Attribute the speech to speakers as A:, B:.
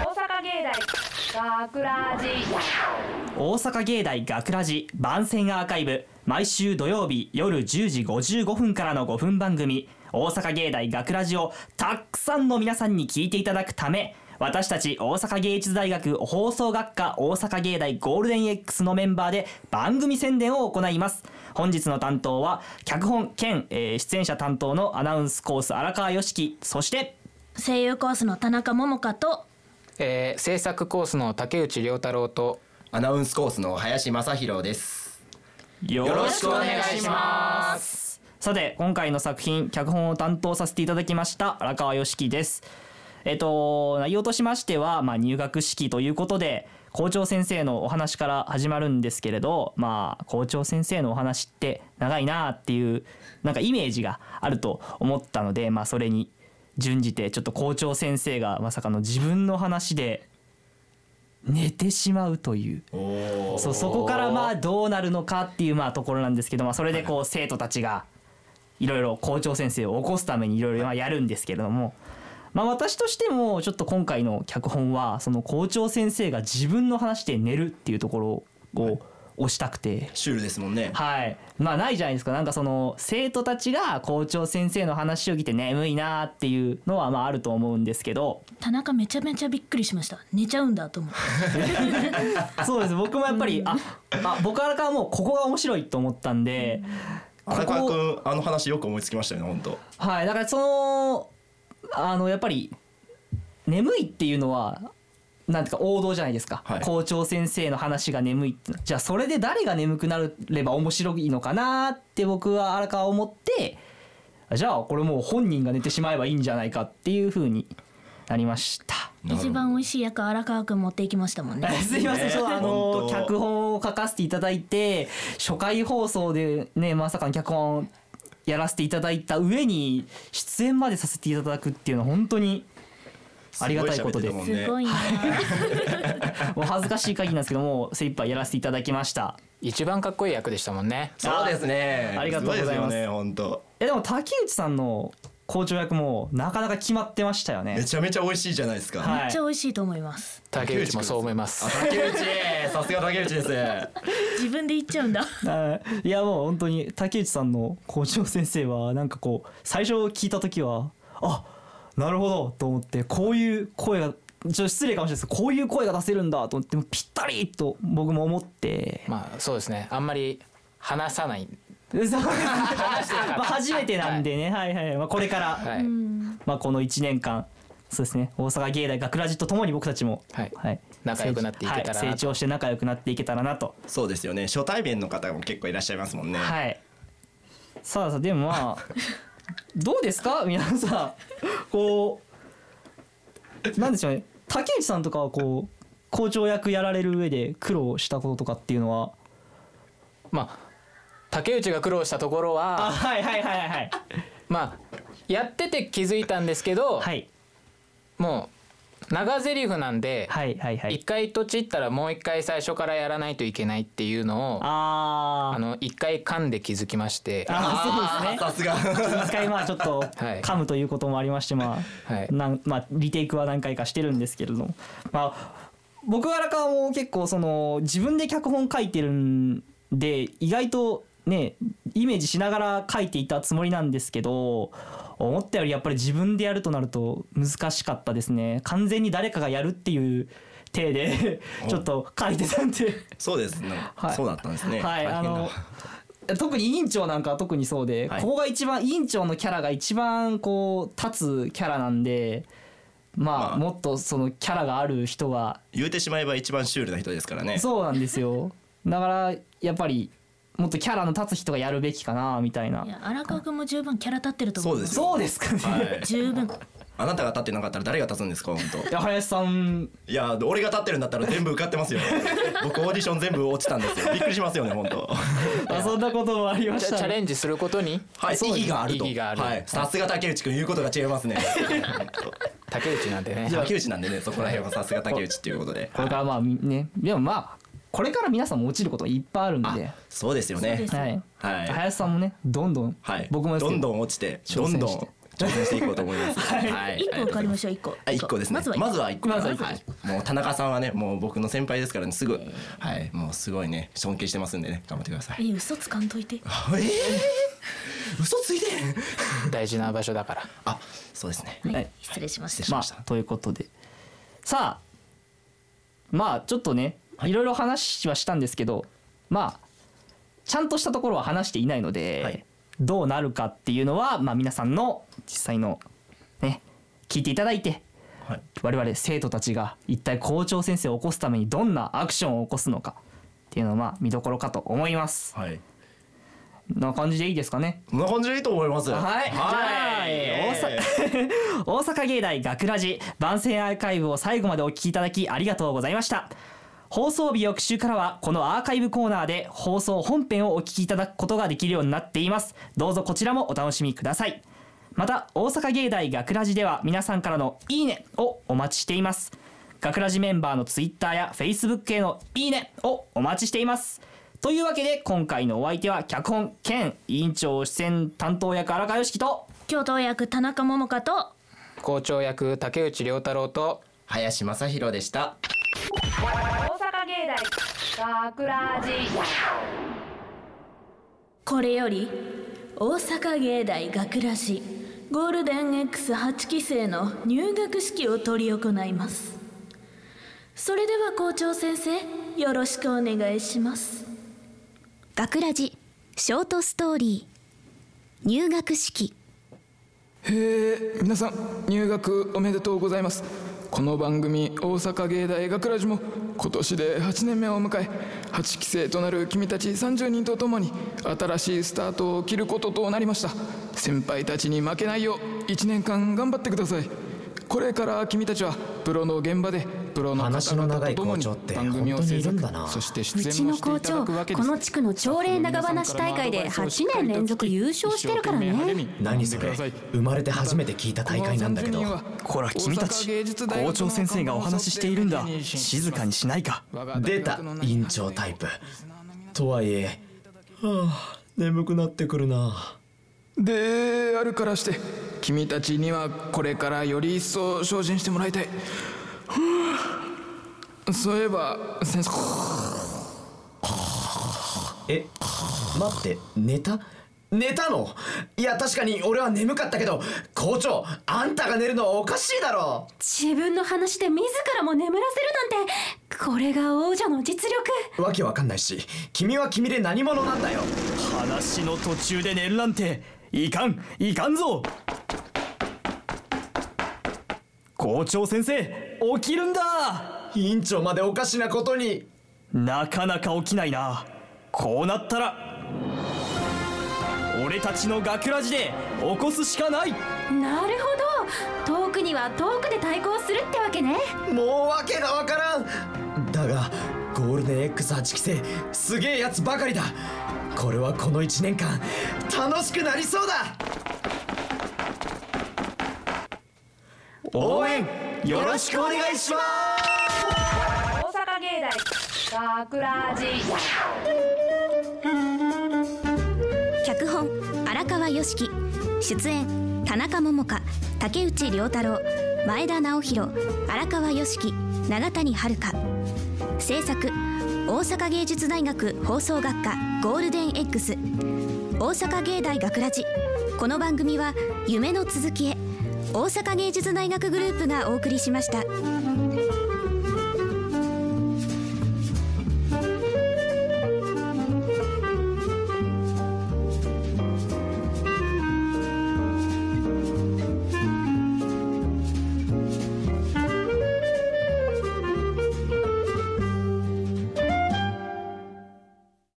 A: 大学ラジ
B: 大阪芸大学ラジ番宣アーカイブ毎週土曜日夜10時55分からの5分番組「大阪芸大学ラジをたくさんの皆さんに聞いていただくため私たち大阪芸術大学放送学科大阪芸大ゴールデン X のメンバーで番組宣伝を行います本日の担当は脚本兼、えー出演者担当のアナウンスコース荒川良樹そして
C: 声優コースの田中桃香と
D: えー、制作コースの竹内涼太郎と
E: アナウンスコースの林正弘です。
B: よ
E: よろしくお願いします。
B: さて今回の作品脚本を担当させていただきました荒川良樹です。えっと内容としましては、まあ、入学式ということで校長先生のお話から始まるんですけれど、まあ、校長先生のお話って長いなっていうなんかイメージがあると思ったので、まあ、それに準じてちょっと校長先生がまさかの自分の話で寝てしまうという。
E: お
B: そうそこからまあどうなるのかっていうまあところなんですけど、まあ、それでこう生徒たちがいろいろ校長先生を起こすためにいろいろまあやるんですけれども、まあ、私としてもちょっと今回の脚本はその校長先生が自分の話で寝るっていうところを推したくて。
E: シュールですもんね。
B: はい、まあないじゃないですかなんかその生徒たちが校長先生の話を聞いて眠いなっていうのはまああると思うんですけど
C: 田中めちゃめちゃびっくりしました寝ちゃうんだと思って
B: そうです僕もやっぱり、ああ僕からはもうここが面白いと思ったんで、
E: 荒
B: こ
E: 川
B: こ
E: 君あの話よく思いつきましたよね本当。
B: はいだからそのあのやっぱり眠いっていうのはなんていうか王道じゃないですか、
E: はい
B: 校長先生の話が眠いってじゃあそれで誰が眠くなれば面白いのかなって僕は荒川は思ってじゃあこれもう本人が寝てしまえばいいんじゃないかっていうふうになりました。
C: 一番美味しい役荒川くん持っていきましたもんね
B: すいません、ちょっとあの
E: 本当
B: 脚本を書かせていただいて初回放送でねまさかの脚本やらせていただいた上に出演までさせていただくっていうのは本当にありがたいことで、
E: すご喋って
C: す
E: たも
C: ご
E: んね
C: いな
B: もう恥ずかしい限りなんですけども精一杯やらせていただきました。
D: 一番かっこいい役でしたもんね
E: そうですね。
B: ありがとうございます
E: ごですよね本当。
B: えでも竹内さんの校長役もなかなか決まってましたよ
E: め
B: ね。
E: ちゃめちゃ美味しいじゃないですか。
B: はい
C: めっちゃ美味しいと思います
D: 竹内もそう思います
E: あ竹内さすが竹内です。
C: 自分で言っちゃうんだ。
B: はいいやもう本当に竹内さんの校長先生はなんかこう最初聞いた時はあなるほどと思ってこういう声がちょっと失礼かもしれないですけどこういう声が出せるんだと思ってもうぴったりと僕も思 って
D: まあそうですねあんまり話さない
B: そうです まあ初めてなんでね、はい、はいまあこれから、
D: はい、
B: まあこの1年間そうですね大阪芸大学ラジとともに僕たちも、
D: はい仲良くなっていけたらなと
B: はい成長して仲良くなっていけたらなと
E: そうですよね初対面の方も結構いらっしゃいますもんね。
B: はい。さあさあでも まあどうですか皆さんこうなんでしょうね竹内さんとかはこう校長役やられる上で苦労したこととかっていうのは
D: まあ竹内が苦労したところは
B: はいはいはいはいはい
D: まあやってて気づいたんですけど、
B: はい
D: もう長台詞なんで、
B: はいはいは
D: 一
B: い
D: 回とちったらもう一回最初からやらないといけないっていうのをあ
B: あー
D: の一回噛んで気づきまして
B: あーそうですね
E: さすが。
B: 一回まあちょっと
D: はい
B: 噛むということもありましてまあ、
D: はい
B: なんまあリテイクは何回かしてるんですけれどもまあ僕は荒川も結構その自分で脚本書いてるんで意外とねイメージしながら書いていたつもりなんですけど思ったよりやっぱり自分でやるとなると難しかったですね完全に誰かがやるっていう体でちょっと書いてたんで
E: そうですね。
B: はい
E: そうだったんですね。
B: はい、あ
E: 大変だ
B: の特に委員長なんかは特にそうで、
E: はい
B: ここが一番委員長のキャラが一番こう立つキャラなんで、まあ、
E: まあ
B: もっとそのキャラがある人が
E: 言うてしまえば一番シュールな人ですからね。
B: そうなんです よ。だからやっぱりもっとキャラの立つ人がやるべきかなみたいない
C: や荒川くんも十分キャラ立ってると思います
E: そ
B: そうですかね。
E: はい。
C: 十分
E: あなたが立ってなかったら誰が立つんですか本
B: いや林さん
E: 当。いや俺が立ってるんだったら全部受かってますよ。 僕オーディション全部落ちたんですよ。びっくりしますよね本当。
B: あそんなこともありま
D: チ
B: し
D: ャチ
B: た
D: ャ
B: ね
D: レンジすることに、
E: はい。
D: そう
E: 意義があると。
D: 意義がある、
E: はい。さすが竹内くん言うことが違いますね。本当
D: 竹内なんてね
E: 竹内なんでねそこら辺はさすが竹内っていうことで。
B: これからまあみねでもまあこれから皆さんも落ちることいっぱいあるんで、は
E: そうですよね
C: そうで。す
B: い、
E: はい。
B: 林さんもねどんどん、
E: はい。
B: 僕もです
E: ど
B: け
E: んどん落ちて、
B: 挑
E: ど
B: 戦
E: ん
B: して
E: どん挑戦していこうと思います。はい
C: 一個受かりましょう一個
E: あ一個ですね。
C: まずは
E: まずは一個。
B: まずは一個
E: いもう田中さんはね、もう僕の先輩ですからね、すぐ、はい、もうすごいね、尊敬してますんでね、頑張ってくださ
C: え
E: い。
C: 嘘つかんといて
E: ええ 嘘ついて。
D: 大事な場所だから
E: あ、そうですね。
B: は
C: はいい失礼しまし
E: 失礼
C: た
E: し
B: ま
E: ました
B: あということでさあまあちょっとねいろいろ話はしたんですけど、まあちゃんとしたところは話していないので、
E: はい
B: どうなるかっていうのは、まあ、皆さんの実際のね聞いていただいて
E: はい。
B: 我々生徒たちが一体校長先生を起こすためにどんなアクションを起こすのかっていうのはまあ見どころかと思います。
E: はい。
B: な感じでいいですかね。
E: こんな感じでいいと思います。
B: はい、
E: はい。
B: じゃあ大阪大阪芸大学ラジ番宣アーカイブを最後までお聞きいただきありがとうございました放送日翌週からはこのアーカイブコーナーで放送本編をお聞きいただくことができるようになっていますどうぞこちらもお楽しみくださいまた大阪芸大学ラジでは皆さんからのいいねをお待ちしています学ラジメンバーのツイッターやフェイスブックへのいいねをお待ちしていますというわけで今回のお相手は脚本兼委員長出演担当役荒川良樹と
C: 教頭役田中桃香と
D: 校長役竹内涼太郎と
E: 林正弘でした。
A: 大阪芸大学ラジ
C: これより大阪芸大学らしゴールデン X8 期生の入学式を執り行いますそれでは校長先生よろしくお願いします
F: 学ラジショートストーリー入学式
G: へえ皆さん入学おめでとうございますこの番組「大阪芸大学ラジも今年で8年目を迎え8期生となる君たち30人と共に新しいスタートを切ることとなりました先輩たちに負けないよう1年間頑張ってくださいこれから君たちはプロの現場でプロの
H: 話
G: 方
H: の
G: 々と
H: 長い
G: 共
H: 校
G: に
H: 長って
G: 番組を制
H: 本当にいるん
G: 作
H: だな
G: そして
F: う
G: 出
F: ち
G: 演を
F: の
G: して
F: 校
G: いただ
F: 長
G: くわけで
F: こ
G: す
F: の地区の朝礼長話大会で8年連続優勝してるからね
H: 何それ生まれて初めて聞いた大会なんだけど
I: こら君たち校長先生がお話ししているんだ静かにしないか
H: 出た院長タイプとはいえはあ眠くなってくるな
G: であるからして君たちにはこれからより一層精進してもらいたいふうそういえば先生
H: え待って寝た寝たのいや確かに俺は眠かったけど校長あんたが寝るのはおかしいだろ
F: 自分の話で自らも眠らせるなんてこれが王者の実力
H: わけわかんないし君は君で何者なんだよ
I: 話の途中で寝るなんていかんいかんぞ校長先生起きるんだ
H: 院長までおかしなことに
I: なかなか起きないなこうなったら俺たちの学ラジで起こすしかない
F: なるほど遠くには遠くで対抗するってわけね
H: もうわけがわからんだがゴールデン X8 期生すげえやつばかりだこれはこの1年間楽しくなりそうだ応援よろしくお願いします
A: 大阪芸大学ラジ
F: 脚本荒川良樹出演田中桃香竹内涼太郎前田直弘荒川良樹永谷遥制作大阪芸術大学放送学科ゴールデン X 大阪芸大学ラジこの番組は夢の続きへ大阪芸術大学グループがお送りしました。